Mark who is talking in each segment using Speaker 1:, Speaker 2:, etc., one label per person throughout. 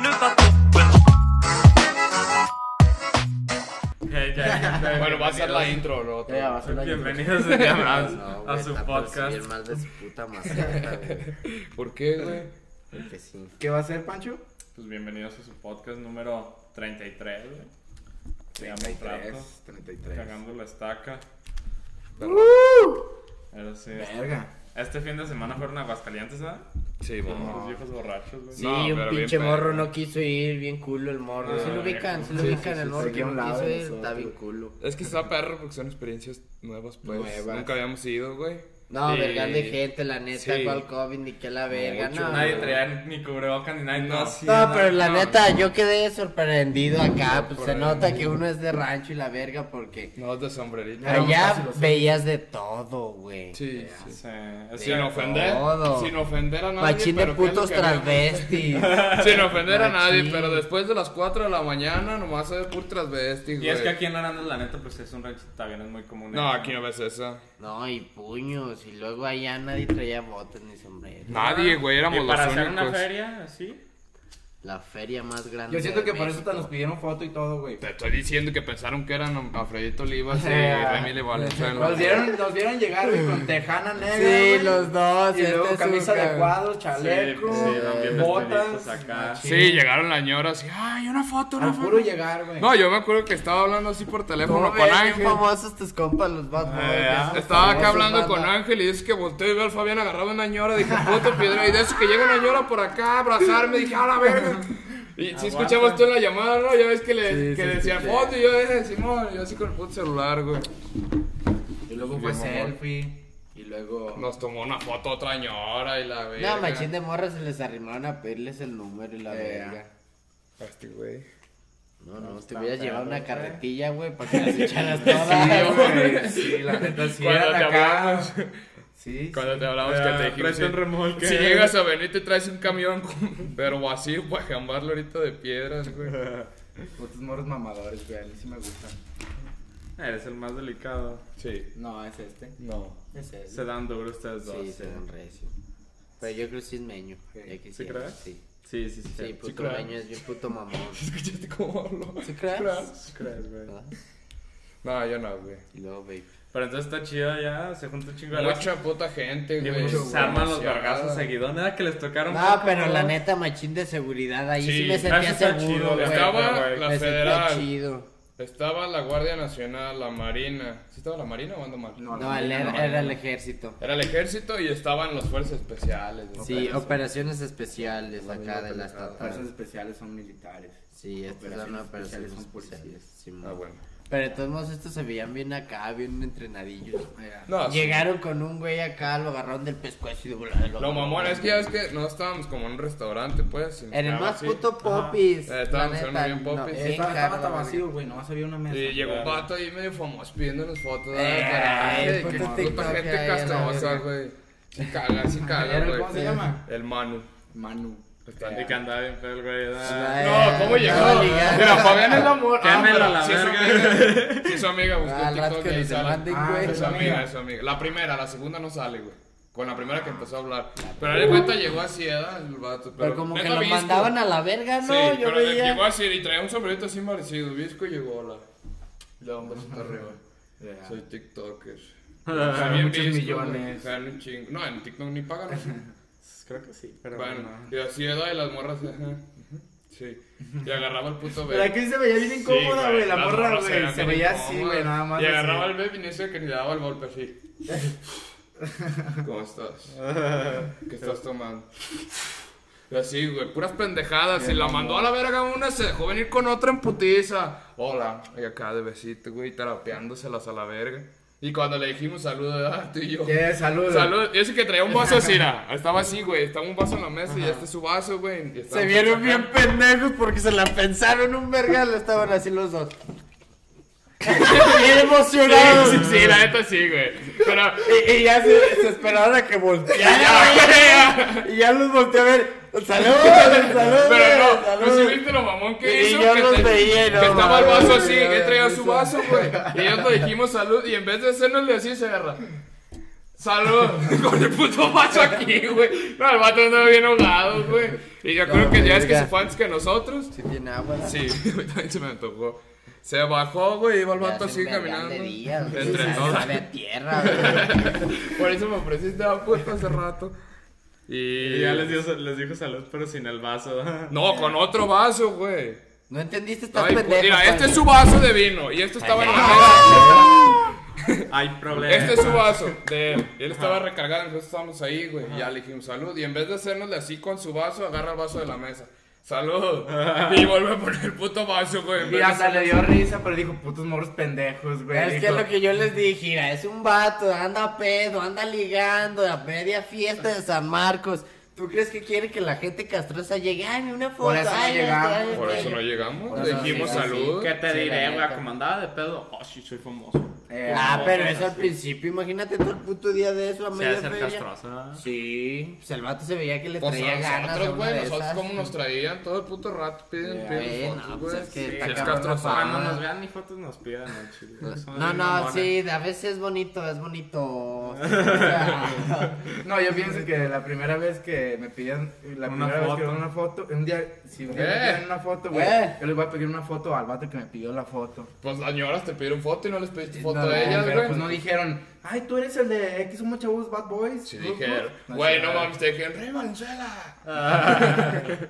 Speaker 1: intro, lo
Speaker 2: Ya, ya, vas a la
Speaker 3: Bienvenidos de a,
Speaker 4: No,
Speaker 3: a
Speaker 4: güey,
Speaker 3: su
Speaker 4: está por
Speaker 3: podcast.
Speaker 4: Bien mal de su puta mascota, güey.
Speaker 1: ¿Por qué, güey?
Speaker 4: Porque sí.
Speaker 2: ¿Qué va a ser, Pancho?
Speaker 3: Pues bienvenidos a su podcast número 33, güey. Se llama un rato.
Speaker 2: 33. 33.
Speaker 3: Cagando la estaca. Pero sí, este-
Speaker 2: Verga.
Speaker 3: Este fin de semana fueron a Aguascalientes, ¿verdad?
Speaker 1: Sí, mamá.
Speaker 3: Los viejos borrachos, güey.
Speaker 4: Sí,
Speaker 1: No, pero
Speaker 4: un
Speaker 1: bien
Speaker 4: pinche
Speaker 1: pedo.
Speaker 4: morro no quiso ir, bien culo el morro.
Speaker 3: Ah,
Speaker 4: sí lo ubican, sí lo
Speaker 2: sí,
Speaker 4: ubican
Speaker 2: sí,
Speaker 4: el
Speaker 2: sí,
Speaker 4: morro
Speaker 2: sí,
Speaker 4: que
Speaker 2: un
Speaker 4: no
Speaker 2: lado
Speaker 4: quiso
Speaker 2: de
Speaker 4: ir, está
Speaker 2: nosotros.
Speaker 4: bien culo.
Speaker 1: Es que está perro porque son experiencias nuevas, pues.
Speaker 2: Nuevas.
Speaker 1: Nunca habíamos ido, güey.
Speaker 4: No,
Speaker 1: Y-
Speaker 4: verga de gente, la neta,
Speaker 1: Sí.
Speaker 4: cual COVID, ni que la verga,
Speaker 1: Mucho.
Speaker 4: no.
Speaker 3: Nadie
Speaker 4: güey.
Speaker 3: traía ni cubrebocas ni nadie.
Speaker 1: No,
Speaker 3: No,
Speaker 1: sí.
Speaker 4: No, pero la
Speaker 3: No,
Speaker 4: neta, yo quedé sorprendido acá, pues se nota que uno es de rancho y la verga porque
Speaker 1: No, de sombrerito.
Speaker 2: Éramos casi
Speaker 4: allá
Speaker 2: los-
Speaker 4: veías de todo, güey.
Speaker 1: Sí,
Speaker 3: Sí,
Speaker 1: sí.
Speaker 3: es
Speaker 1: Sin
Speaker 3: cierto.
Speaker 1: ofender.
Speaker 4: Todo.
Speaker 1: Sin ofender a nadie.
Speaker 4: Machín de
Speaker 1: pero ¿qué es lo
Speaker 4: putos
Speaker 1: que había?
Speaker 4: travestis.
Speaker 1: Sin ofender a nadie,
Speaker 4: Machín.
Speaker 1: pero después de las 4 de la mañana nomás hay pur transvesti, güey.
Speaker 3: Y es que aquí en Arandas, la neta, pues es un rancho también es muy común. ¿eh?
Speaker 1: No, aquí no ves eso.
Speaker 4: No, y puños, y luego allá nadie traía botas ni sombrero.
Speaker 1: Nadie, güey, éramos
Speaker 3: Y
Speaker 1: los
Speaker 3: para hacer una
Speaker 1: únicos.
Speaker 3: feria, así.
Speaker 4: La feria más grande.
Speaker 2: Yo siento
Speaker 4: de
Speaker 2: que por eso
Speaker 4: México.
Speaker 2: hasta nos pidieron foto y todo, güey.
Speaker 1: Te estoy diciendo que pensaron que eran Alfredito Olivas y
Speaker 2: Eh,
Speaker 1: Remy Valenzuela.
Speaker 2: Nos vieron, nos vieron llegar, güey, con tejana negra.
Speaker 4: Sí,
Speaker 2: güey,
Speaker 4: los dos. este
Speaker 2: Y luego camisa de
Speaker 4: cuadro.
Speaker 2: cuadros,
Speaker 3: Sí,
Speaker 2: chaleco,
Speaker 3: pues, sí, van bien vestiditos
Speaker 2: botas.
Speaker 3: acá.
Speaker 1: Sí, llegaron las ñoras y, ay, una foto, una
Speaker 2: Al
Speaker 1: foto.
Speaker 2: puro llegar, güey.
Speaker 1: No, yo me acuerdo que estaba hablando así por teléfono con Ángel.
Speaker 4: famosos tus compas, los Bad Boys.
Speaker 3: Eh,
Speaker 4: ya son
Speaker 1: Estaba acá
Speaker 4: famosos,
Speaker 1: hablando
Speaker 4: banda.
Speaker 1: con Ángel y dice que volteé y veo al Fabián agarrado una ñora. Dije, puto piedra. Y de eso que llega una ñora por acá a abrazarme, dije, a la verga. Y si escuchabas tú en la llamada, ¿no? Ya ves que, le,
Speaker 2: Sí,
Speaker 1: que
Speaker 2: sí,
Speaker 1: decía
Speaker 2: escuché.
Speaker 1: foto y yo dije, Simón, yo así con el puto celular, güey.
Speaker 2: Y luego fue
Speaker 1: Bien, mamón.
Speaker 2: selfie. Y luego.
Speaker 1: Nos tomó una foto otra ñora y la verga.
Speaker 4: No, machín de morras se les arrimaron a pedirles el número y la
Speaker 2: Eh,
Speaker 4: verga.
Speaker 1: Este güey.
Speaker 4: No, no, te
Speaker 3: está
Speaker 4: hubieras
Speaker 3: perro,
Speaker 4: llevado una
Speaker 3: güey.
Speaker 4: carretilla, güey, para que las echaras
Speaker 2: Sí,
Speaker 4: todas.
Speaker 2: güey. Sí, la neta sí.
Speaker 1: Cuando
Speaker 2: eran
Speaker 1: te
Speaker 2: acá.
Speaker 1: hablamos.
Speaker 2: Sí.
Speaker 1: Cuando te hablamos
Speaker 3: Ah,
Speaker 1: que te dijimos.
Speaker 3: presta el remolque.
Speaker 1: Si llegas a venir, te traes un camión, pero vacío para jambarlo ahorita de piedras, güey.
Speaker 2: Otros morros mamadores, güey. A mí sí me gustan.
Speaker 3: Eres el más delicado.
Speaker 1: Sí.
Speaker 2: No, es este.
Speaker 1: No.
Speaker 2: Es
Speaker 3: Se
Speaker 2: este.
Speaker 3: dan duro ustedes dos.
Speaker 4: Sí, se dan recio. Pero yo creo que sí es meño. ya quisiera,
Speaker 3: ¿Sí crees?
Speaker 4: Sí.
Speaker 3: Sí, sí, sí.
Speaker 4: Sí, pues.
Speaker 3: sí.
Speaker 4: puto
Speaker 1: creo.
Speaker 4: meño es bien puto mamón.
Speaker 1: ¿Escuchaste cómo habló?
Speaker 4: ¿Sí crees?
Speaker 3: Sí crees, güey.
Speaker 4: ¿Verdad?
Speaker 1: No, yo no, güey.
Speaker 4: Y luego, baby.
Speaker 3: Pero entonces está chido ya, se junta un chingo de raza.
Speaker 1: Mucha puta gente,
Speaker 3: Y
Speaker 1: güey.
Speaker 3: pues se arman los
Speaker 1: Demasiada.
Speaker 3: vergazos seguidos. Nada que les tocaron.
Speaker 4: No, pero la neta, machín de seguridad, ahí sí,
Speaker 1: Sí,
Speaker 4: me sentía
Speaker 3: eso está chido,
Speaker 4: seguro, güey.
Speaker 1: Estaba
Speaker 3: Pero, güey,
Speaker 1: la
Speaker 4: me
Speaker 1: federal.
Speaker 4: sentía chido.
Speaker 1: Estaba la Guardia Nacional, la Marina. ¿Sí estaba la Marina o ando mal?
Speaker 2: No,
Speaker 4: No, él era, era el ejército.
Speaker 1: Era el ejército y estaban las fuerzas especiales. güey.
Speaker 4: Sí, operaciones especiales acá de la
Speaker 2: Las fuerzas
Speaker 4: estatal.
Speaker 2: especiales son militares.
Speaker 4: Sí, estas eran
Speaker 2: Operaciones
Speaker 4: operaciones
Speaker 2: especiales son
Speaker 4: especiales.
Speaker 2: policías.
Speaker 4: sí,
Speaker 1: Ah,
Speaker 4: mo.
Speaker 1: bueno.
Speaker 4: Pero de todos modos, estos se veían bien acá, bien entrenadillos.
Speaker 2: Era-
Speaker 1: No, Ah, sí.
Speaker 4: Llegaron con un güey acá, lo agarraron del pescuezo y de volada
Speaker 1: Lo mamón es que ya ves que no estábamos como en un restaurante, pues. sino
Speaker 4: En el
Speaker 1: estaba
Speaker 4: más
Speaker 1: así.
Speaker 4: puto popis.
Speaker 1: Eh, estaban
Speaker 4: la
Speaker 1: usando
Speaker 4: neta,
Speaker 1: bien
Speaker 4: no,
Speaker 1: popis.
Speaker 4: bien
Speaker 2: Estaba,
Speaker 4: caro,
Speaker 2: estaba tan
Speaker 4: la verga.
Speaker 2: vacío, güey. Nomás había una mesa.
Speaker 1: Y llegó un vato ahí medio famoso pidiéndonos fotos.
Speaker 4: Eh,
Speaker 1: Eh, caray,
Speaker 4: el
Speaker 1: qué
Speaker 4: puto
Speaker 1: puta
Speaker 4: TikTok
Speaker 1: gente
Speaker 4: ahí, a la
Speaker 1: castrosa,
Speaker 4: verga.
Speaker 1: güey. Sí caga, sí
Speaker 2: ¿Era
Speaker 1: caga,
Speaker 2: el- ¿Cómo se
Speaker 1: güey.
Speaker 2: llama?
Speaker 1: El Manu.
Speaker 2: Manu.
Speaker 1: Está
Speaker 3: Y que andaba bien feo el güey.
Speaker 4: Ay,
Speaker 3: ¿verdad?
Speaker 1: No, ¿cómo
Speaker 4: Eh,
Speaker 1: llegó?
Speaker 4: andaba ligando.
Speaker 1: Mira, Fabián es la morra.
Speaker 3: Quémela
Speaker 1: pero
Speaker 3: la
Speaker 1: si es su
Speaker 3: verga.
Speaker 1: amiga- Si su amiga buscó
Speaker 4: Ah,
Speaker 1: un
Speaker 4: al rato
Speaker 1: TikTok
Speaker 4: que
Speaker 1: y ahí
Speaker 4: les
Speaker 1: sale.
Speaker 4: manden,
Speaker 2: Ah,
Speaker 4: güey.
Speaker 1: Es su amiga, es su amiga. La primera, la segunda no sale, güey. Con la primera que empezó a hablar. Pero a de cuenta llegó así, ¿verdad? El vato. Pero,
Speaker 4: Pero como que
Speaker 1: neta
Speaker 4: lo
Speaker 1: visco.
Speaker 4: mandaban a la verga, ¿no?
Speaker 1: Sí,
Speaker 4: Yo
Speaker 1: pero llegó
Speaker 4: veía.
Speaker 1: así y traía un sombrerito así parecido. Visco y llegó la. La hombre está arriba. Soy TikToker.
Speaker 3: Ah,
Speaker 1: Bien
Speaker 2: muchos
Speaker 1: visco,
Speaker 2: millones.
Speaker 1: güey, ganan un chingo. No, en TikTok ni pagan.
Speaker 3: Creo que sí, pero
Speaker 1: bueno,
Speaker 3: bueno.
Speaker 1: y así era y las morras. ajá. Sí. Y agarraba el puto
Speaker 2: Pero aquí se veía bien
Speaker 1: Sí,
Speaker 2: incómoda, güey. la
Speaker 1: las
Speaker 2: morra,
Speaker 1: morras
Speaker 2: güey.
Speaker 1: eran
Speaker 2: Se
Speaker 1: bien
Speaker 2: veía así,
Speaker 1: incómodas.
Speaker 2: güey. Nada más.
Speaker 1: Y agarraba
Speaker 2: así.
Speaker 1: el baby y ese que le daba el golpe así. ¿Cómo estás? ¿Qué estás tomando? Y así, güey, puras pendejadas. Y la mandó a la verga una, se dejó venir con otra en putiza. Hola. Y acá de besito, güey, terapeándoselas a la verga. Y cuando le dijimos saludos, ah, tú y yo.
Speaker 2: ¿Qué? Salud.
Speaker 1: Salud. Y ese que traía un vaso así, era. Estaba así, güey. Estaba un vaso en la mesa y este es su vaso, güey. y estaban
Speaker 4: Se vieron
Speaker 1: sacando.
Speaker 4: bien pendejos porque se la pensaron un verga, lo estaban así los dos. bien emocionados.
Speaker 1: Sí, sí, sí, la neta sí, güey. Pero.
Speaker 4: Y, y ya se, se esperaban a que volteara.
Speaker 1: Ya,
Speaker 4: güey. y ya los volteé a ver. Saludos, saludos.
Speaker 1: Pero no,
Speaker 4: saludos.
Speaker 1: no si viste lo mamón que
Speaker 4: Y
Speaker 1: hizo.
Speaker 4: yo
Speaker 1: que
Speaker 4: los
Speaker 1: te-
Speaker 4: veía y no
Speaker 1: que estaba el
Speaker 4: mames,
Speaker 1: vaso así,
Speaker 4: güey,
Speaker 1: que traía su
Speaker 4: eso.
Speaker 1: vaso, güey. Y ellos le dijimos salud, y en vez de hacernos de así, se agarra. Salud, con el puto vaso aquí, güey. No, el vato andaba bien ahogado, güey. Y yo
Speaker 4: No,
Speaker 1: creo que ya es que
Speaker 4: verga.
Speaker 1: se fue antes que nosotros.
Speaker 4: Si tiene agua.
Speaker 1: Sí, a mí también se me antojó. Se bajó, güey, iba el
Speaker 4: Ya
Speaker 1: vato
Speaker 4: se
Speaker 1: así
Speaker 4: me hablan
Speaker 1: caminando.
Speaker 4: De días, güey.
Speaker 1: Entre
Speaker 4: Sabe-
Speaker 1: todas.
Speaker 4: sabe a tierra, güey.
Speaker 1: Por eso me ofreciste a puesto hace rato. Y
Speaker 3: Y ya les, dio- les dijo salud, pero sin el vaso.
Speaker 1: No, con otro vaso, güey.
Speaker 4: No entendiste, estás
Speaker 1: Ay,
Speaker 4: pendejo.
Speaker 1: pues, Mira, este
Speaker 4: Juan.
Speaker 1: es su vaso de vino y esto estaba en la mesa.
Speaker 3: Hay problema.
Speaker 1: Este es su vaso de él. Y él estaba recargado, entonces estábamos ahí, güey. Y ya le dijimos salud. Y en vez de hacernosle así con su vaso, agarra el vaso de la mesa. Salud. Y vuelve a poner el puto vaso, güey. en
Speaker 2: Y
Speaker 1: vez de-
Speaker 2: hasta le dio risa, pero dijo, putos morros pendejos, güey.
Speaker 4: Es que
Speaker 2: Dijo,
Speaker 4: es lo que yo les dije, mira, es un vato, anda pedo, anda ligando, a media fiesta de San Marcos. ¿Tú crees que quiere que la gente castrosa llegue? Ay, una foto.
Speaker 2: eso no
Speaker 4: ay, esto,
Speaker 2: llegamos.
Speaker 4: ay, Eh, esto,
Speaker 1: Por eso
Speaker 4: ay,
Speaker 1: no llegamos.
Speaker 4: Por
Speaker 1: Le
Speaker 4: eso no
Speaker 1: dijimos
Speaker 4: llegamos,
Speaker 1: salud.
Speaker 3: ¿Qué te
Speaker 4: Sí, la
Speaker 3: diré, güey?
Speaker 4: neta.
Speaker 3: Como andaba de pedo. Oh, sí, soy famoso.
Speaker 2: eh,
Speaker 4: Ah,
Speaker 3: No,
Speaker 4: pero
Speaker 3: pues,
Speaker 4: eso al
Speaker 3: sí.
Speaker 4: principio, imagínate todo el puto día de eso a
Speaker 3: Se
Speaker 4: media
Speaker 3: hace el
Speaker 4: feria.
Speaker 3: castroso.
Speaker 4: Sí, pues el vato se veía que le
Speaker 1: Pues
Speaker 4: traía
Speaker 1: a
Speaker 4: ganas. a
Speaker 1: nosotros,
Speaker 4: una
Speaker 1: güey,
Speaker 4: de
Speaker 1: nosotros
Speaker 4: esas.
Speaker 1: como nos traían todo el puto rato, piden,
Speaker 4: Eh,
Speaker 1: piden
Speaker 4: no,
Speaker 1: fotos,
Speaker 4: pues
Speaker 1: güey.
Speaker 4: es que
Speaker 1: Sí,
Speaker 4: está
Speaker 1: es
Speaker 4: cabrón la
Speaker 1: castrozón.
Speaker 3: Cuando
Speaker 4: Ah.
Speaker 3: nos vean ni fotos nos pidan, al chile. Son
Speaker 4: No,
Speaker 3: bien
Speaker 4: no,
Speaker 3: mamones.
Speaker 4: sí, a veces es bonito, es bonito. Ah,
Speaker 2: No, yo pienso que la primera vez que me pidieron la
Speaker 3: Una
Speaker 2: primera vez que
Speaker 3: foto.
Speaker 2: una foto, un día, si un día
Speaker 1: Eh.
Speaker 2: me piden una foto, güey,
Speaker 4: Eh.
Speaker 2: yo le voy a pedir una foto al vato que me pidió la foto.
Speaker 1: Pues las señoras te pidieron foto y no les pediste foto
Speaker 2: No,
Speaker 1: a ellas,
Speaker 2: pero
Speaker 1: güey.
Speaker 2: pues no dijeron, ay, tú eres el de X somos chavos bad boys.
Speaker 1: Sí,
Speaker 2: Ruth, Ruth".
Speaker 1: dijeron, güey, no
Speaker 2: sí,
Speaker 1: mames, te dijeron, Rey Valenzuela.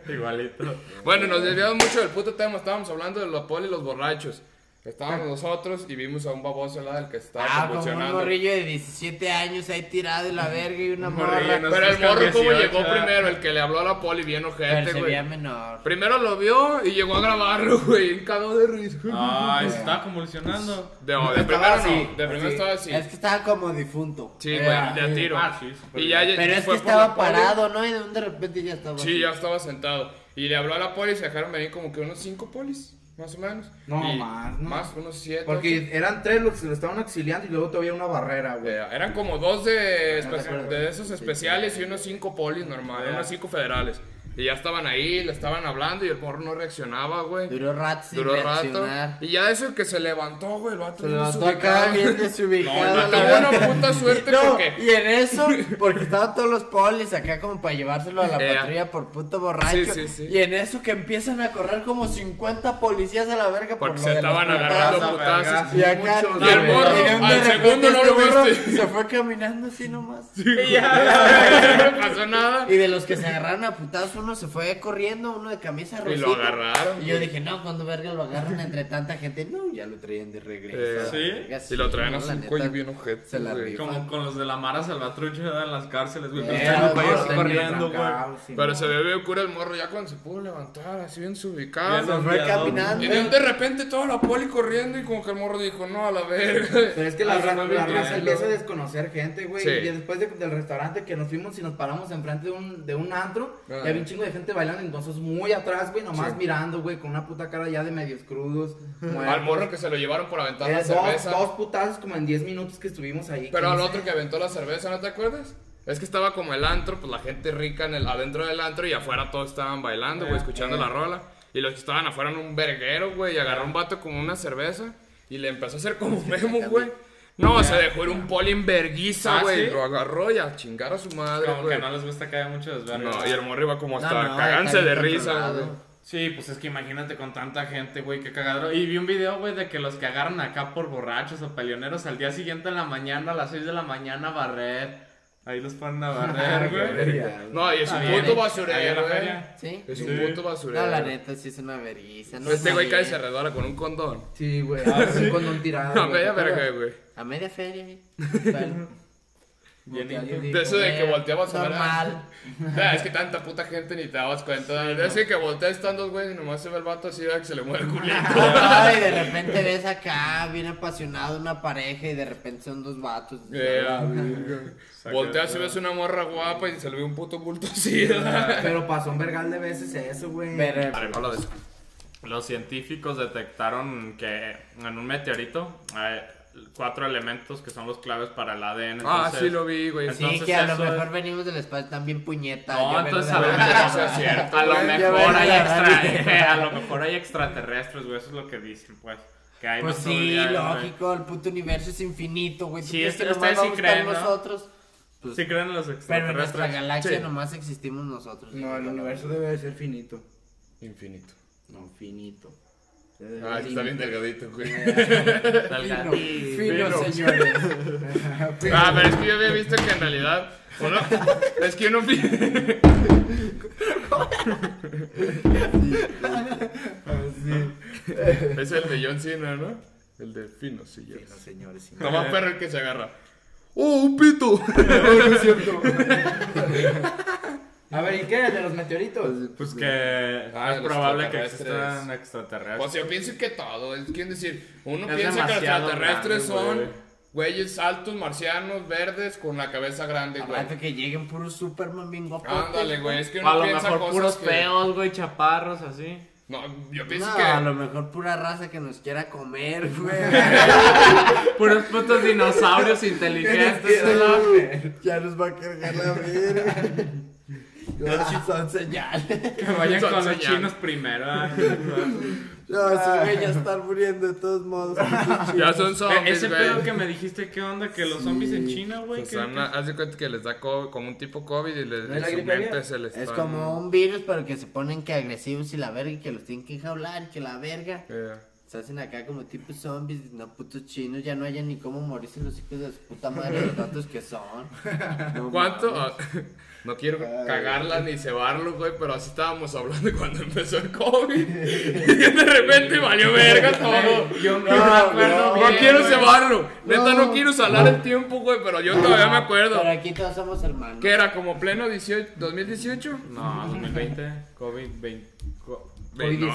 Speaker 3: Igualito.
Speaker 1: Bueno, nos desviamos mucho del puto tema, estábamos hablando de los poli y los borrachos. Estábamos nosotros y vimos a un baboso al lado del que estaba
Speaker 4: Ah, como un
Speaker 1: convulsionando.
Speaker 4: morrillo de 17 años ahí tirado y la verga y una
Speaker 3: Un morrillo,
Speaker 4: morra.
Speaker 3: no
Speaker 1: Pero el morro como
Speaker 3: 18,
Speaker 1: llegó
Speaker 3: ah.
Speaker 1: primero, el que le habló a la poli bien
Speaker 4: Pero
Speaker 1: ojete,
Speaker 4: se
Speaker 1: güey.
Speaker 4: veía menor.
Speaker 1: Primero lo vio y llegó a grabarlo, güey, y cagó de risa.
Speaker 3: Ay, se está convulsionando.
Speaker 1: De, de
Speaker 2: Estaba
Speaker 1: primero
Speaker 2: así,
Speaker 1: no, de primero
Speaker 2: así.
Speaker 1: estaba así.
Speaker 4: Es que estaba como difunto.
Speaker 1: Sí, güey,
Speaker 4: Era-
Speaker 1: de a tiro.
Speaker 3: Ah, sí, súper
Speaker 1: y ya,
Speaker 3: bien.
Speaker 4: Pero es que
Speaker 1: fue por la
Speaker 4: estaba
Speaker 1: poli.
Speaker 4: parado, ¿no? Y de un de repente ya estaba.
Speaker 1: Sí, ya estaba sentado. Y le habló a la poli y se dejaron venir como que unos cinco polis, más o menos.
Speaker 2: No,
Speaker 1: Y
Speaker 2: más, no.
Speaker 1: Más, unos siete. ocho.
Speaker 2: Porque eran tres los que se lo estaban auxiliando y luego todavía una barrera, güey.
Speaker 1: Eh, eran como dos de, espe-
Speaker 2: acuerdo.
Speaker 1: de esos especiales y unos cinco polis normales, unos cinco federales. Y ya estaban ahí, le estaban hablando y el morro no reaccionaba, güey.
Speaker 4: Duró rato sin
Speaker 1: Duró rato.
Speaker 4: reaccionar.
Speaker 1: Y ya de eso que se levantó, güey, el vato.
Speaker 4: Se
Speaker 1: bien
Speaker 4: levantó acá
Speaker 1: desubicado.
Speaker 4: bien
Speaker 1: No,
Speaker 4: desubicado.
Speaker 1: no,
Speaker 4: la
Speaker 1: tuvo
Speaker 4: verga.
Speaker 1: una puta suerte
Speaker 4: No,
Speaker 1: porque-
Speaker 4: Y en eso, porque estaban todos los polis acá como para llevárselo a la
Speaker 1: Eh.
Speaker 4: patrulla por puto borracho.
Speaker 1: Sí, sí, sí.
Speaker 4: Y en eso que empiezan a correr como 50 policías a la verga por
Speaker 1: Porque
Speaker 4: lo
Speaker 1: se
Speaker 4: de los
Speaker 1: estaban
Speaker 4: putazos.
Speaker 1: agarrando
Speaker 3: putazos,
Speaker 1: putazos.
Speaker 4: Y acá,
Speaker 2: Muchos,
Speaker 1: Y el
Speaker 2: güey.
Speaker 1: morro,
Speaker 4: y de un
Speaker 1: al
Speaker 4: de
Speaker 1: segundo no
Speaker 4: repente
Speaker 1: lo
Speaker 4: este morro
Speaker 1: viste.
Speaker 4: Se fue caminando así nomás.
Speaker 3: Y ya.
Speaker 1: no pasó nada.
Speaker 4: Y de los que se agarraron a putazos, uno se fue corriendo, uno de camisa
Speaker 1: Y
Speaker 4: rosita.
Speaker 1: lo agarraron.
Speaker 4: Y yo dije, no, cuando verga lo agarran entre tanta gente, no, ya lo traían de regreso.
Speaker 3: Eh,
Speaker 4: La verga,
Speaker 1: ¿sí? Y lo traían
Speaker 4: no,
Speaker 1: a
Speaker 4: la
Speaker 1: su
Speaker 4: neta,
Speaker 1: cuello bien ojete.
Speaker 4: Se la
Speaker 1: güey.
Speaker 4: rifó.
Speaker 3: Como con los de la Mara Salvatrucha en las cárceles, güey.
Speaker 4: Eh,
Speaker 3: Pero están
Speaker 1: pues,
Speaker 3: un
Speaker 4: no,
Speaker 3: país
Speaker 4: tenía
Speaker 3: corriendo, güey.
Speaker 1: Pero se ve bien cura el morro ya cuando se pudo levantar, así bien
Speaker 3: Bien
Speaker 1: ubicado.
Speaker 4: Se fue
Speaker 3: Cambiado.
Speaker 1: Y
Speaker 4: caminando.
Speaker 2: Eh.
Speaker 1: de, de repente toda la poli corriendo y como que el morro dijo, no, a la verga.
Speaker 2: Pero es que la,
Speaker 1: Ah,
Speaker 2: ra-
Speaker 1: se fue
Speaker 2: la
Speaker 1: bien
Speaker 2: raza
Speaker 1: tranquilo.
Speaker 2: empieza a desconocer gente, güey.
Speaker 1: Sí.
Speaker 2: Y después de- del restaurante que nos fuimos y nos paramos enfrente de un, de un antro,
Speaker 1: Ah.
Speaker 2: y había un chingo de gente bailando, entonces muy atrás, güey, nomás
Speaker 1: Sí.
Speaker 2: mirando, güey, con una puta cara ya de medios crudos.
Speaker 1: Al
Speaker 2: muertos.
Speaker 1: morro que se lo llevaron por aventar
Speaker 2: Eh,
Speaker 1: la
Speaker 2: dos,
Speaker 1: cerveza.
Speaker 2: dos putazos como en 10 minutos que estuvimos ahí.
Speaker 1: Pero al
Speaker 2: 15.
Speaker 1: otro que aventó la cerveza, ¿no te acuerdas? Es que estaba como el antro, pues la gente rica en el, adentro del antro y afuera todos estaban bailando,
Speaker 2: Eh,
Speaker 1: güey, escuchando la rola. Y los que estaban afuera en un verguero, güey, y agarró un vato como una cerveza y le empezó a hacer como memo, güey. No, se dejó ir un poli en verguiza,
Speaker 3: ¿Ah,
Speaker 1: güey.
Speaker 3: sí?
Speaker 1: Lo agarró y a chingar a su madre,
Speaker 3: Como que
Speaker 1: güey.
Speaker 3: no les gusta que haya mucho desvergue.
Speaker 1: No, y el morro iba como hasta
Speaker 4: No, no,
Speaker 1: cagándose
Speaker 4: está
Speaker 1: de
Speaker 4: bien
Speaker 1: risa,
Speaker 4: controlado.
Speaker 1: güey.
Speaker 3: Sí, pues es que imagínate con tanta gente, güey, qué cagadero. Y vi un video, güey, de que los que agarran acá por borrachos o peleoneros al día siguiente en la mañana, a las 6 de la mañana, a barrer. Ahí los ponen a barrer, güey.
Speaker 1: No, y es un
Speaker 3: Ahí en-
Speaker 1: puto
Speaker 3: ahí en la
Speaker 1: basurero, güey.
Speaker 3: feria.
Speaker 4: ¿Sí?
Speaker 1: Es
Speaker 3: Sí.
Speaker 1: un puto basurero.
Speaker 4: No, la neta, sí es una vergüenza. No
Speaker 1: Este güey
Speaker 4: sabía.
Speaker 1: cae y se redora con un condón.
Speaker 2: Sí, güey. Con un
Speaker 4: Ah,
Speaker 2: tirado.
Speaker 1: No,
Speaker 2: güey.
Speaker 1: media verga, güey.
Speaker 4: A media feria, güey. Bueno,
Speaker 3: Bien
Speaker 2: Ya
Speaker 3: inter-
Speaker 2: le digo,
Speaker 1: De eso de que
Speaker 4: eh,
Speaker 1: volteabas a ver.
Speaker 4: Normal.
Speaker 1: Ah, es que tanta puta gente ni te dabas cuenta. es que, que volteas están dos güeyes y nomás se ve el vato así, ¿verdad? que se le mueve el culito.
Speaker 4: Ay, de repente ves acá, bien apasionado, una pareja y de repente son dos vatos.
Speaker 1: Eh, Volteas y ves una morra guapa y se le ve un puto bulto así. ¿verdad?
Speaker 2: Pero pasó un vergal de veces eso, güey.
Speaker 4: Pero-
Speaker 1: Arre, no habla de eso.
Speaker 3: pues, Los científicos detectaron que en un meteorito hay cuatro elementos que son los claves para el ADN.
Speaker 1: Ah,
Speaker 3: entonces-
Speaker 1: sí lo vi, güey.
Speaker 3: Entonces-
Speaker 4: Sí, que a lo
Speaker 3: eso es-
Speaker 4: mejor venimos del espacio también puñetas.
Speaker 3: No, entonces a lo
Speaker 1: la
Speaker 3: mejor,
Speaker 1: radio.
Speaker 3: es cierto, a
Speaker 1: Yo
Speaker 3: lo
Speaker 1: vengo
Speaker 4: de
Speaker 3: mejor
Speaker 4: la
Speaker 3: hay
Speaker 4: radio.
Speaker 3: extra- eh, a lo mejor hay extraterrestres, güey, eso es lo que dicen, pues. Que hay
Speaker 4: Pues
Speaker 3: más
Speaker 4: sí,
Speaker 3: probabilidades, güey.
Speaker 4: lógico, el puto universo es infinito, güey. ¿Tú
Speaker 3: Sí,
Speaker 4: crees
Speaker 3: es-
Speaker 4: que nomás
Speaker 3: ustedes sí
Speaker 4: vamos a estar
Speaker 3: creen, ¿no?
Speaker 4: nosotros? Pues,
Speaker 3: Sí creen en los
Speaker 4: pero en nuestra
Speaker 3: extraterrestres.
Speaker 4: galaxia
Speaker 1: Sí.
Speaker 4: nomás existimos nosotros.
Speaker 2: No, el universo debe de ser finito.
Speaker 1: Infinito.
Speaker 2: No, finito.
Speaker 1: Ah, está bien delgadito, güey.
Speaker 4: Fino,
Speaker 3: Salgadillo.
Speaker 4: fino,
Speaker 1: Fino.
Speaker 4: señores. Fino.
Speaker 1: Ah, pero es que yo había visto que en realidad. Bueno, es que yo no vi.
Speaker 2: Ah,
Speaker 1: Es el de John Cena, ¿no? El de Fino, Eh. sí, yo.
Speaker 2: Fino, señores. sí.
Speaker 1: Toma perro el que se agarra. ¡Oh, un pito!
Speaker 2: A ver, ¿y qué? ¿De los meteoritos?
Speaker 3: Pues que
Speaker 1: Ah,
Speaker 3: es
Speaker 1: los
Speaker 3: probable que
Speaker 1: extraterrestres.
Speaker 3: existan
Speaker 1: Pues
Speaker 3: extraterrestres.
Speaker 1: yo pienso que todo. Es quiere decir, uno
Speaker 3: Es
Speaker 1: piensa que los
Speaker 3: demasiado
Speaker 1: extraterrestres
Speaker 3: grande, güey.
Speaker 1: son güeyes altos, marcianos, verdes, con la cabeza grande,
Speaker 4: Al
Speaker 1: güey.
Speaker 4: rato que lleguen puros Superman bien guapos.
Speaker 1: Ándale, güey. Es que
Speaker 3: O
Speaker 1: uno
Speaker 3: a lo
Speaker 1: piensa
Speaker 3: mejor
Speaker 1: cosas
Speaker 3: puros
Speaker 1: que-
Speaker 3: feos, güey, chaparros, así.
Speaker 1: No, yo pienso
Speaker 4: No,
Speaker 1: que.
Speaker 4: a lo mejor pura raza que nos quiera comer, güey.
Speaker 3: Puros putos dinosaurios inteligentes, ¿no?
Speaker 4: ya nos va a cargar la verga. No, son señales.
Speaker 3: Que vayan
Speaker 1: Son
Speaker 3: con los
Speaker 1: señales.
Speaker 3: chinos primero. ¿eh? Ah.
Speaker 4: No, esos güey ya están muriendo de todos modos.
Speaker 1: Ya son
Speaker 3: E-
Speaker 1: zombies,
Speaker 3: Ese pedo
Speaker 1: güey.
Speaker 3: que me dijiste, ¿qué onda? Que los zombies en China, güey.
Speaker 1: Pues
Speaker 3: ¿qué-
Speaker 1: son- haz de cuenta que les da co- como un tipo COVID y les,
Speaker 2: ¿No es la
Speaker 1: su
Speaker 2: gripe
Speaker 1: mente
Speaker 2: aviar?
Speaker 1: se les
Speaker 4: Es
Speaker 1: están-
Speaker 4: como un virus, pero que se ponen que agresivos y la verga, y que los tienen que enjaular, que la verga.
Speaker 1: Eh,
Speaker 4: Se hacen acá como tipo zombies, no putos chinos, ya no hayan ni cómo morirse los hijos de su puta madre, los tantos que son. No
Speaker 1: ¿Cuánto?
Speaker 4: mames.
Speaker 1: Ah, No quiero cagarla ni cebarlo, güey, pero así estábamos hablando cuando empezó el COVID. Y de repente valió verga todo.
Speaker 3: qué- Yo no,
Speaker 4: No,
Speaker 3: me acuerdo
Speaker 1: No,
Speaker 3: bien,
Speaker 1: quiero
Speaker 3: güey.
Speaker 1: cebarlo. Neta, no
Speaker 4: No.
Speaker 1: quiero salar el tiempo, güey, pero yo todavía
Speaker 3: Ah,
Speaker 1: me acuerdo.
Speaker 4: Pero aquí todos somos hermanos.
Speaker 1: ¿Qué era? ¿Como pleno 18, 2018?
Speaker 3: No, 2020. COVID-20. co-
Speaker 1: Pues, Ve, no.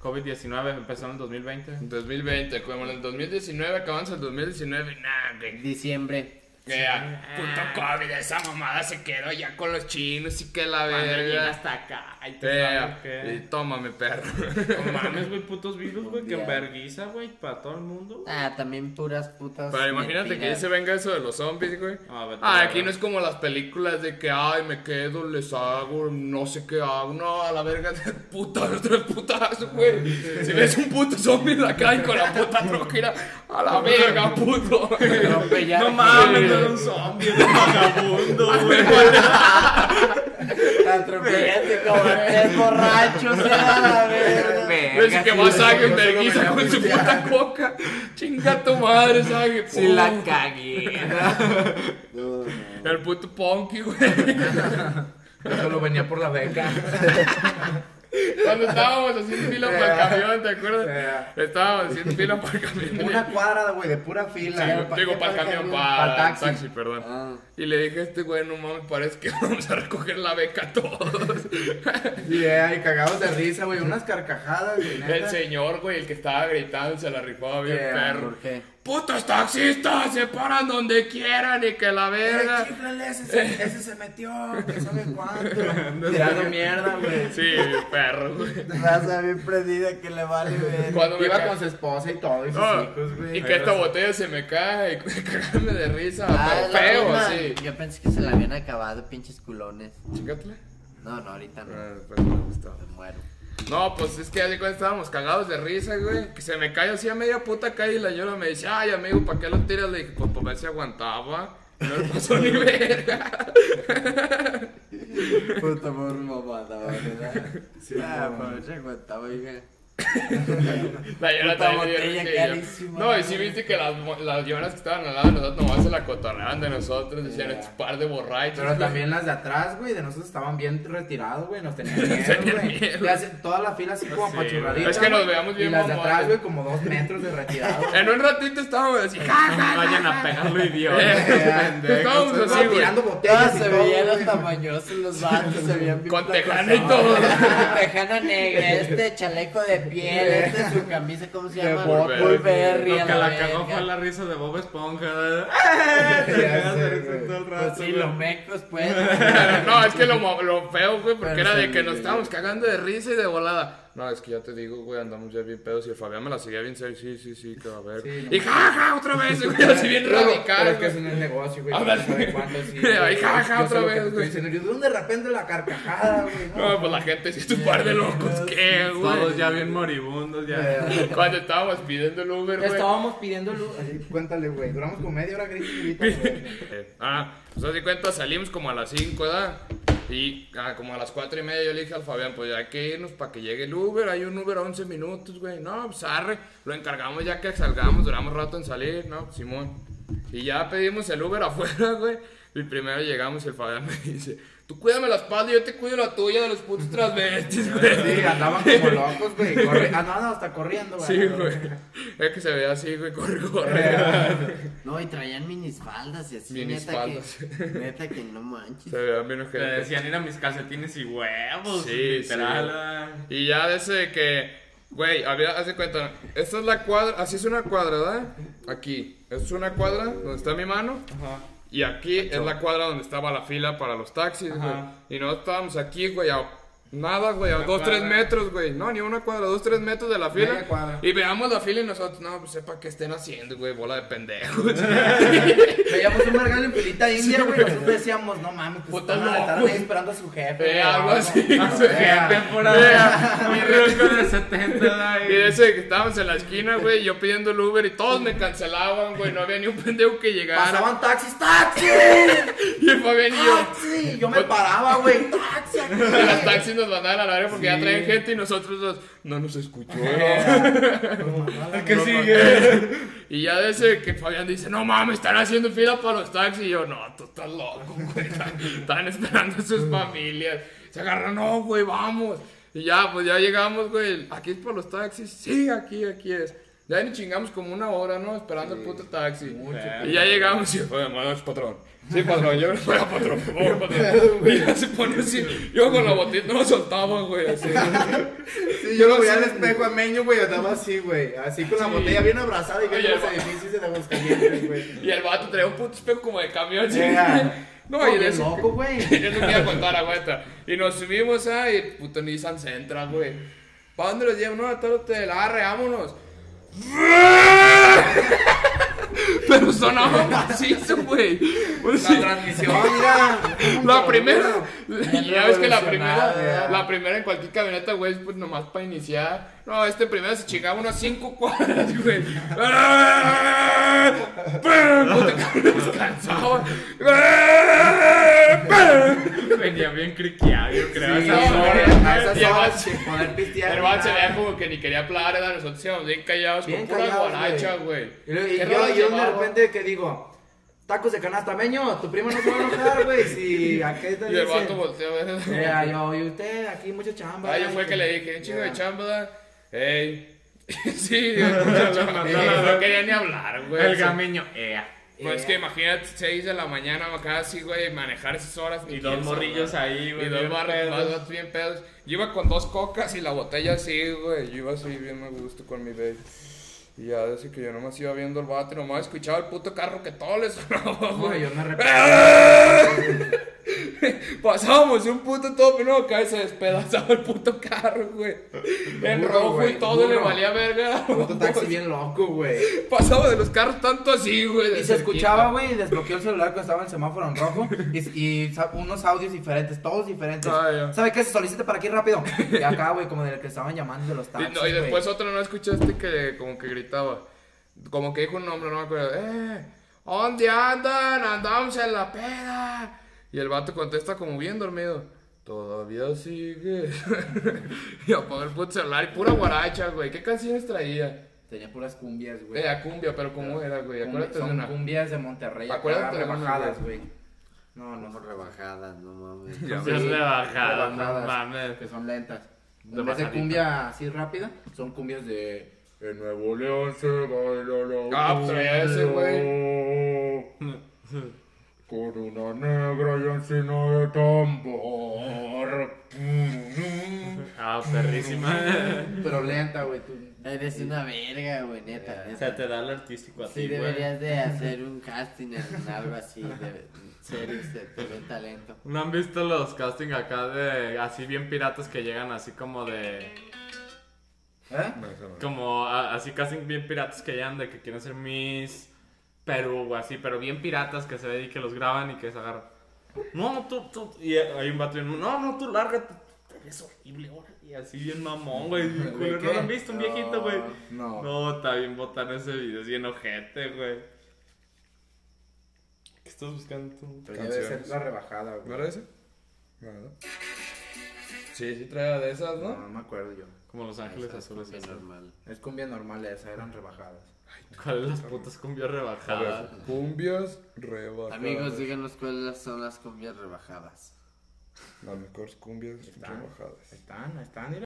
Speaker 2: COVID-19.
Speaker 3: COVID-19 empezó en 2020.
Speaker 1: 2020, como en el 2019, acabamos el 2019. Nah, güey,
Speaker 4: Diciembre.
Speaker 1: Que ah, puto COVID, esa mamada se quedó ya con los chinos y que la
Speaker 3: Cuando llega
Speaker 1: verga.
Speaker 3: hasta acá. Ay, tú sabes
Speaker 1: Eh,
Speaker 3: que-
Speaker 1: y tómame, perro.
Speaker 3: No mames, güey, putos virus, güey, que
Speaker 4: Mundial.
Speaker 3: enverguiza, güey, para todo el mundo. güey.
Speaker 4: Ah, también puras putas.
Speaker 1: Pero imagínate que ya
Speaker 4: mentiras.
Speaker 1: se venga eso de los zombies, güey.
Speaker 3: Ah, vete a
Speaker 1: Ah,
Speaker 3: la
Speaker 1: aquí no
Speaker 3: verga.
Speaker 1: es como las películas de que, ay, me quedo, les hago, no sé qué hago. No, a la verga, puta, los tres putazos, güey. Si ves un puto zombie en la calle con la puta trojera, a la verga, puto.
Speaker 4: Rompe ya.
Speaker 3: No mames, no era un zombie, era un vagabundo, güey.
Speaker 4: Atropellate como a tres borrachos, se va a la verga.
Speaker 1: Ves que va Sagen
Speaker 2: solo me
Speaker 1: verguiza
Speaker 2: la
Speaker 1: con su puta coca. Chinga tu madre, Sagen.
Speaker 4: Si la
Speaker 1: Pum.
Speaker 4: cagué.
Speaker 2: No, no.
Speaker 1: El puto Ponky, güey.
Speaker 2: Solo venía por la beca.
Speaker 1: Cuando estábamos haciendo fila para el camión, ¿te acuerdas?
Speaker 2: Eh.
Speaker 1: Estábamos haciendo fila para el camión.
Speaker 2: Una cuadra, güey, de pura fila.
Speaker 1: Sí, güey, digo, para el camión, para,
Speaker 2: Para
Speaker 1: el
Speaker 2: taxi.
Speaker 1: taxi, perdón.
Speaker 4: Ah.
Speaker 1: Y le dije a este güey, no mames, parece que vamos a recoger la beca todos.
Speaker 2: eh, Y ahí cagados de risa, güey. Unas carcajadas, güey.
Speaker 1: el
Speaker 2: neta.
Speaker 1: señor, güey, el que estaba gritando, se la rifaba bien
Speaker 2: Yeah,
Speaker 1: perro.
Speaker 4: ¿Por qué?
Speaker 1: ¡Putos taxistas! ¡Se paran donde quieran y que la verga!
Speaker 2: Eh, chiflale, ese, se- ese se metió, no sabe
Speaker 1: Pues,
Speaker 2: cuánto. Tirando mierda, güey.
Speaker 1: Sí, perro, güey.
Speaker 4: Raza bien prendida que le vale ver.
Speaker 1: Cuando me
Speaker 2: Iba
Speaker 1: ca-
Speaker 2: con su esposa y todo, y sus
Speaker 1: No,
Speaker 2: hijos, güey.
Speaker 1: y que esta botella se me cae, y cagarme de risa,
Speaker 4: Ah,
Speaker 1: pero
Speaker 4: la
Speaker 1: feo,
Speaker 4: misma.
Speaker 1: así.
Speaker 4: Yo pensé que se la habían acabado, pinches culones.
Speaker 1: Chícatela.
Speaker 4: No, no, ahorita no.
Speaker 1: Ah, pues, me gustó.
Speaker 4: Me muero.
Speaker 1: No, pues es que haz de cuenta, estábamos cagados de risa, güey. Que se me cayó así a media puta calle y la llora me dice, ay amigo, ¿para qué lo tiras? Le dije, pues para ver si aguantaba. No le pasó ni verga.
Speaker 4: Puta por mamada, ¿verdad? Sí, ah, pero se aguantaba, hija.
Speaker 1: La llora
Speaker 4: Puta
Speaker 1: también le dio
Speaker 4: botella
Speaker 1: risa y yo-
Speaker 4: carísima,
Speaker 1: No, y
Speaker 4: güey.
Speaker 1: sí viste que las, mo- las lloras que estaban al lado de nosotros nomás se la cotorreaban de nosotros. Decían,
Speaker 2: Ya.
Speaker 1: estos par de borrachos.
Speaker 2: Pero también las de atrás, güey, de nosotros estaban bien retirados, güey, nos tenían miedo,
Speaker 1: tenían miedo.
Speaker 2: güey. Ya se- Toda la fila así como
Speaker 3: Sí,
Speaker 2: apachurradita.
Speaker 1: es que nos
Speaker 2: güey,
Speaker 1: veíamos bien
Speaker 2: Y las de
Speaker 1: mamones.
Speaker 2: atrás, güey, como dos metros de retirado.
Speaker 1: En un ratito estábamos así, "Ja,
Speaker 3: No vayan a pegarlo, idiota.
Speaker 1: Estábamos
Speaker 2: Estaban
Speaker 1: Pues así, güey.
Speaker 2: tirando
Speaker 4: Todos
Speaker 2: botellas y
Speaker 4: se
Speaker 2: todo,
Speaker 4: veían
Speaker 2: güey.
Speaker 4: los tamañosos, los vatos, se veían bien
Speaker 1: Con
Speaker 4: placosados.
Speaker 1: tejana y todo.
Speaker 4: Tejana negra, este chaleco de piel, este su camisa, ¿cómo se
Speaker 2: De
Speaker 4: llama?
Speaker 1: Burberry.
Speaker 4: Burberry.
Speaker 3: Lo
Speaker 4: a
Speaker 3: que la
Speaker 4: verga.
Speaker 3: cagó fue la risa de Bob Esponja. ¿verdad?
Speaker 2: sé,
Speaker 3: Te cagas de risa
Speaker 2: güey.
Speaker 3: todo el
Speaker 4: Pues
Speaker 3: rato,
Speaker 4: sí,
Speaker 3: güey.
Speaker 4: los mecos, pues.
Speaker 1: No, es que lo, mo- lo feo, güey, porque
Speaker 4: Pero
Speaker 1: era
Speaker 4: sí,
Speaker 1: de que nos
Speaker 4: güey.
Speaker 1: estábamos cagando de risa y de volada. No, es que ya te digo, güey, andamos ya bien pedos y el Fabián me la seguía bien serio. Sí, sí, sí, que va a ver.
Speaker 2: Sí, no.
Speaker 1: y jaja, otra vez, güey, así bien
Speaker 2: Pero- Pero
Speaker 1: radical.
Speaker 2: es que
Speaker 1: güey.
Speaker 2: eso no es negocio, güey.
Speaker 1: Ándale.
Speaker 2: no sabe cuánto, sí,
Speaker 1: Ay,
Speaker 2: güey.
Speaker 1: ja, ja,
Speaker 2: Yo
Speaker 1: otra
Speaker 2: sé lo que
Speaker 1: vez,
Speaker 2: te estoy
Speaker 1: güey.
Speaker 2: diciendo. Yo de un de repente la carcajada, güey.
Speaker 1: No, pues la gente sí es un par de locos, ¿qué,
Speaker 3: Todos
Speaker 1: Eh, güey?
Speaker 3: ya bien moribundos,
Speaker 1: Eh,
Speaker 3: ya.
Speaker 1: Cuando estábamos pidiendo el Uber, güey.
Speaker 2: Estábamos pidiendo luz. Así, Cuéntale, güey. Duramos como media hora gris y grita, güey.
Speaker 1: Eh, Ah, pues haz de cuenta, salimos como a las 5, ¿verdad? Y ah, como a las cuatro y media yo le dije al Fabián, pues ya hay que irnos para que llegue el Uber. Hay un Uber a 11 minutos, güey. No, pues arre. Lo encargamos ya que salgamos, duramos rato en salir, ¿no? Simón. Y ya pedimos el Uber afuera, güey. Y primero llegamos y el Fabián me dice, tú cuídame la espalda y yo te cuido la tuya de los putos transvestis, güey.
Speaker 2: Sí, andaban como locos, güey. corri- Andaban hasta corriendo, güey.
Speaker 1: Sí, güey. Es que se ve así, güey, corre, corre.
Speaker 4: No, y traían minifaldas y así.
Speaker 1: Minisfaldas.
Speaker 4: Neta que, neta que no manches.
Speaker 1: Se ve menos que...
Speaker 3: Le decían ir a mis calcetines y huevos.
Speaker 1: Sí,
Speaker 3: literal.
Speaker 1: sí.
Speaker 3: ah.
Speaker 1: Y ya desde que, güey, había, haz de cuenta, esta es la cuadra, así es una cuadra, ¿verdad? Aquí, esta es una cuadra donde está mi mano.
Speaker 3: Ajá.
Speaker 1: Y aquí es la cuadra donde estaba la fila para los taxis, güey.
Speaker 3: Ajá.
Speaker 1: Y no estábamos aquí, güey, a nada, güey, a
Speaker 3: Una
Speaker 1: dos, tres
Speaker 3: cuadra.
Speaker 1: metros, güey. No, ni una cuadra, dos, tres metros de la
Speaker 2: Media
Speaker 1: fila.
Speaker 2: cuadra.
Speaker 1: Y veamos la fila y nosotros, no, pues sepa qué estén haciendo, güey, bola de pendejos.
Speaker 2: Veíamos un margal en pelita india, güey. Nosotros decíamos, no mames, pues
Speaker 1: Puta
Speaker 2: están,
Speaker 1: loco.
Speaker 2: estarán ahí esperando a su jefe. Ah,
Speaker 1: Eh,
Speaker 2: o
Speaker 1: algo así.
Speaker 3: A su
Speaker 1: güey.
Speaker 3: jefe por allá. Mi rico de 70
Speaker 1: Y
Speaker 3: ahí.
Speaker 1: ese que estábamos en la esquina, güey, yo pidiendo el Uber y todos me cancelaban, güey, no había ni un pendejo que llegara.
Speaker 2: Pasaban taxis, ¡taxi!
Speaker 1: Y el Fabián y yo.
Speaker 2: ¡Taxi! Yo me paraba, güey. ¡Taxi!
Speaker 1: Que
Speaker 2: aquí!
Speaker 1: las taxis nos mandaban a la área porque ya traen gente y nosotros los- no nos escuchó.
Speaker 3: ¿Qué
Speaker 1: No mames. Y ya de ese que Fabián dice, no mames, están haciendo fila para los taxis. Y yo, no, tú estás loco, güey. Están, están esperando a sus familias. Se agarran, no, güey, vamos. Y ya, pues ya llegamos, güey. Aquí es para los taxis. Sí, aquí, aquí es. Ya ni chingamos como una hora, ¿no? Esperando el puto taxi. Y ya llegamos y fue, manos, patrón. Sí, patrón, yo le a patrón, por favor, patrón. Y ya se pone así. Yo con la botita no soltaba, güey, así.
Speaker 2: Sí, yo lo veía al espejo a Meño, güey, andaba así, güey. Así con la
Speaker 1: Sí.
Speaker 2: botella bien abrazada y
Speaker 1: Oye,
Speaker 2: viendo los
Speaker 1: va-
Speaker 2: edificios de Aguascalientes, güey.
Speaker 1: Y el vato traía un puto espejo como de camión. sí.
Speaker 2: Yeah.
Speaker 1: No, y de
Speaker 2: bien
Speaker 1: eso.
Speaker 2: loco, güey.
Speaker 1: Yo no quería contar, aguanta. Y nos subimos ahí, el puto Nissan Sentra, güey. ¿Para dónde los llevo? No, hasta el hotel. Ah, Arre, vámonos. Pero sonaba macizo, güey. Pues Sí.
Speaker 2: La transmisión, mira.
Speaker 1: La primera, ya ves que la primera,
Speaker 2: revolucionada.
Speaker 1: la primera en cualquier camioneta, güey, es pues nomás para iniciar. No, este primero se chingaba unas cinco cuadras, güey. ¡Ah! ¡Pum! Puta, cabrón, descansaba. ¡Ah! ¡Pum!
Speaker 3: Venía bien criqueado, yo creo.
Speaker 2: Sí,
Speaker 3: esa
Speaker 1: no,
Speaker 3: hora.
Speaker 1: güey.
Speaker 2: a
Speaker 1: Y el
Speaker 2: esas horas,
Speaker 1: vato-
Speaker 2: poder pistear.
Speaker 1: El vato se
Speaker 2: nada.
Speaker 1: veía como que ni quería hablar, ¿verdad? nosotros íbamos bien callados,
Speaker 2: Bien
Speaker 1: con pura
Speaker 2: callados, güey.
Speaker 1: guaracha, güey.
Speaker 2: Y luego- y
Speaker 1: ¿Qué
Speaker 2: yo,
Speaker 1: rola
Speaker 2: yo de
Speaker 1: llevaba?
Speaker 2: repente que digo, tacos de canasta, meño, tu primo no se va a enojar, güey, si aquí te
Speaker 1: Y el vato
Speaker 2: dice.
Speaker 1: volteó a ver.
Speaker 2: Mira, yo, y usted, aquí mucha chamba.
Speaker 1: Ah, yo fue
Speaker 2: y
Speaker 1: que le dije, un chingo de
Speaker 2: Ya.
Speaker 1: chamba, ¿verdad? Ey. Sí, digo, mucha chamba. no, no, no quería ni hablar, güey.
Speaker 3: El gameño, ea.
Speaker 1: Pues es que imagínate 6 de la mañana casi, güey, manejar esas horas. ni
Speaker 3: Y dos
Speaker 1: quién sabe.
Speaker 3: morrillos ahí, güey.
Speaker 1: Y dos
Speaker 3: bien
Speaker 1: barras,
Speaker 3: pedos.
Speaker 1: dos vatos bien pedos. Yo iba con dos cocas y la botella así, güey. Yo iba así bien a gusto con mi baby. Y ya desde que yo nomás iba viendo el vato, y nomás escuchaba el puto carro que todo le sonaba,
Speaker 2: No,
Speaker 1: güey.
Speaker 2: yo me
Speaker 1: Pasábamos de un puto tope, no, acá se despedazaba el puto carro, güey. En
Speaker 2: Burro,
Speaker 1: rojo y
Speaker 2: güey,
Speaker 1: todo le
Speaker 2: burro.
Speaker 1: valía verga.
Speaker 2: Puto taxi bien loco, güey.
Speaker 1: Pasaba de los carros tanto así, güey. de
Speaker 2: Y se escuchaba,
Speaker 1: cerquita.
Speaker 2: güey, y desbloqueó el celular cuando estaba en el semáforo en rojo. Y, y sa- unos audios diferentes, todos diferentes.
Speaker 1: Ah, ya.
Speaker 2: ¿Sabe qué? Se solicita para aquí rápido. Y acá, güey, como del que estaban llamando de los
Speaker 1: Y,
Speaker 2: taxis.
Speaker 1: no, y
Speaker 2: güey.
Speaker 1: después otro no escuchaste que como que gritaba. Como que dijo un nombre, no me acuerdo. ¡Eh! ¿Dónde andan? Andamos en la peda. Y el vato contesta como bien dormido. Todavía sigue. y apagó el puto celular y pura guaracha, güey. ¿Qué canciones traía?
Speaker 2: Tenía puras cumbias, güey.
Speaker 1: Era cumbia, pero ¿cómo era, güey?
Speaker 2: Cumbi-
Speaker 1: Eh, Acuérdate de
Speaker 2: son
Speaker 1: una.
Speaker 2: cumbias de Monterrey. acá,
Speaker 1: Acuérdate de una,
Speaker 2: rebajadas, güey. No, no.
Speaker 4: Como rebajadas, no mames.
Speaker 1: Ya,
Speaker 3: Sí, es rebajada, no
Speaker 2: rebajadas,
Speaker 3: mames.
Speaker 2: Que son lentas.
Speaker 3: De
Speaker 2: En vez de
Speaker 3: bajadita.
Speaker 2: cumbia así rápida, son cumbias de. En Nuevo León se baila la
Speaker 1: Ah, pues traía ese,
Speaker 2: güey. Con una negra y encina de tambor.
Speaker 3: Ah, perrísima.
Speaker 2: Pero lenta, güey. Tú.
Speaker 4: Eres una verga, güey, neta.
Speaker 3: O
Speaker 4: neta.
Speaker 3: sea, te da el artístico a
Speaker 4: Sí,
Speaker 3: ti, güey.
Speaker 4: deberías de hacer un casting en algo así, de serio, se te ve talento.
Speaker 3: ¿No han visto los castings acá de así bien piratas que llegan así como de.
Speaker 2: ¿Eh?
Speaker 3: Como a- así casi bien piratas que llegan de que quieren ser mis Perú o así, pero bien piratas que se ve y que los graban y que se agarran. No, tú, tú. Y hay un vato bien, no, no, tú lárgate. Es horrible, ahora. Y así bien mamón, güey. bien
Speaker 2: ¿Güey,
Speaker 3: culero. ¿No lo han
Speaker 2: qué?
Speaker 3: visto? Un
Speaker 2: No,
Speaker 3: viejito, güey.
Speaker 2: no.
Speaker 3: No, está bien botando ese video. Es bien ojete, güey. ¿Qué estás buscando tú?
Speaker 2: Pero debe ser la rebajada,
Speaker 1: ¿No
Speaker 2: güey.
Speaker 1: era ese? Sí, sí traía de esas,
Speaker 2: No,
Speaker 1: ¿no?
Speaker 2: no me acuerdo yo.
Speaker 3: Como Los Ángeles
Speaker 4: Esa es
Speaker 3: Azules.
Speaker 4: cumbia
Speaker 3: esas.
Speaker 4: normal.
Speaker 2: Es cumbia normal esa, eran rebajadas.
Speaker 3: ¿Cuáles las putas cumbias
Speaker 1: A ver,
Speaker 3: rebajadas?
Speaker 1: cumbias rebajadas.
Speaker 4: Amigos, díganos cuáles son las cumbias rebajadas.
Speaker 1: Las mejores cumbias rebajadas.
Speaker 2: Están, están, mira.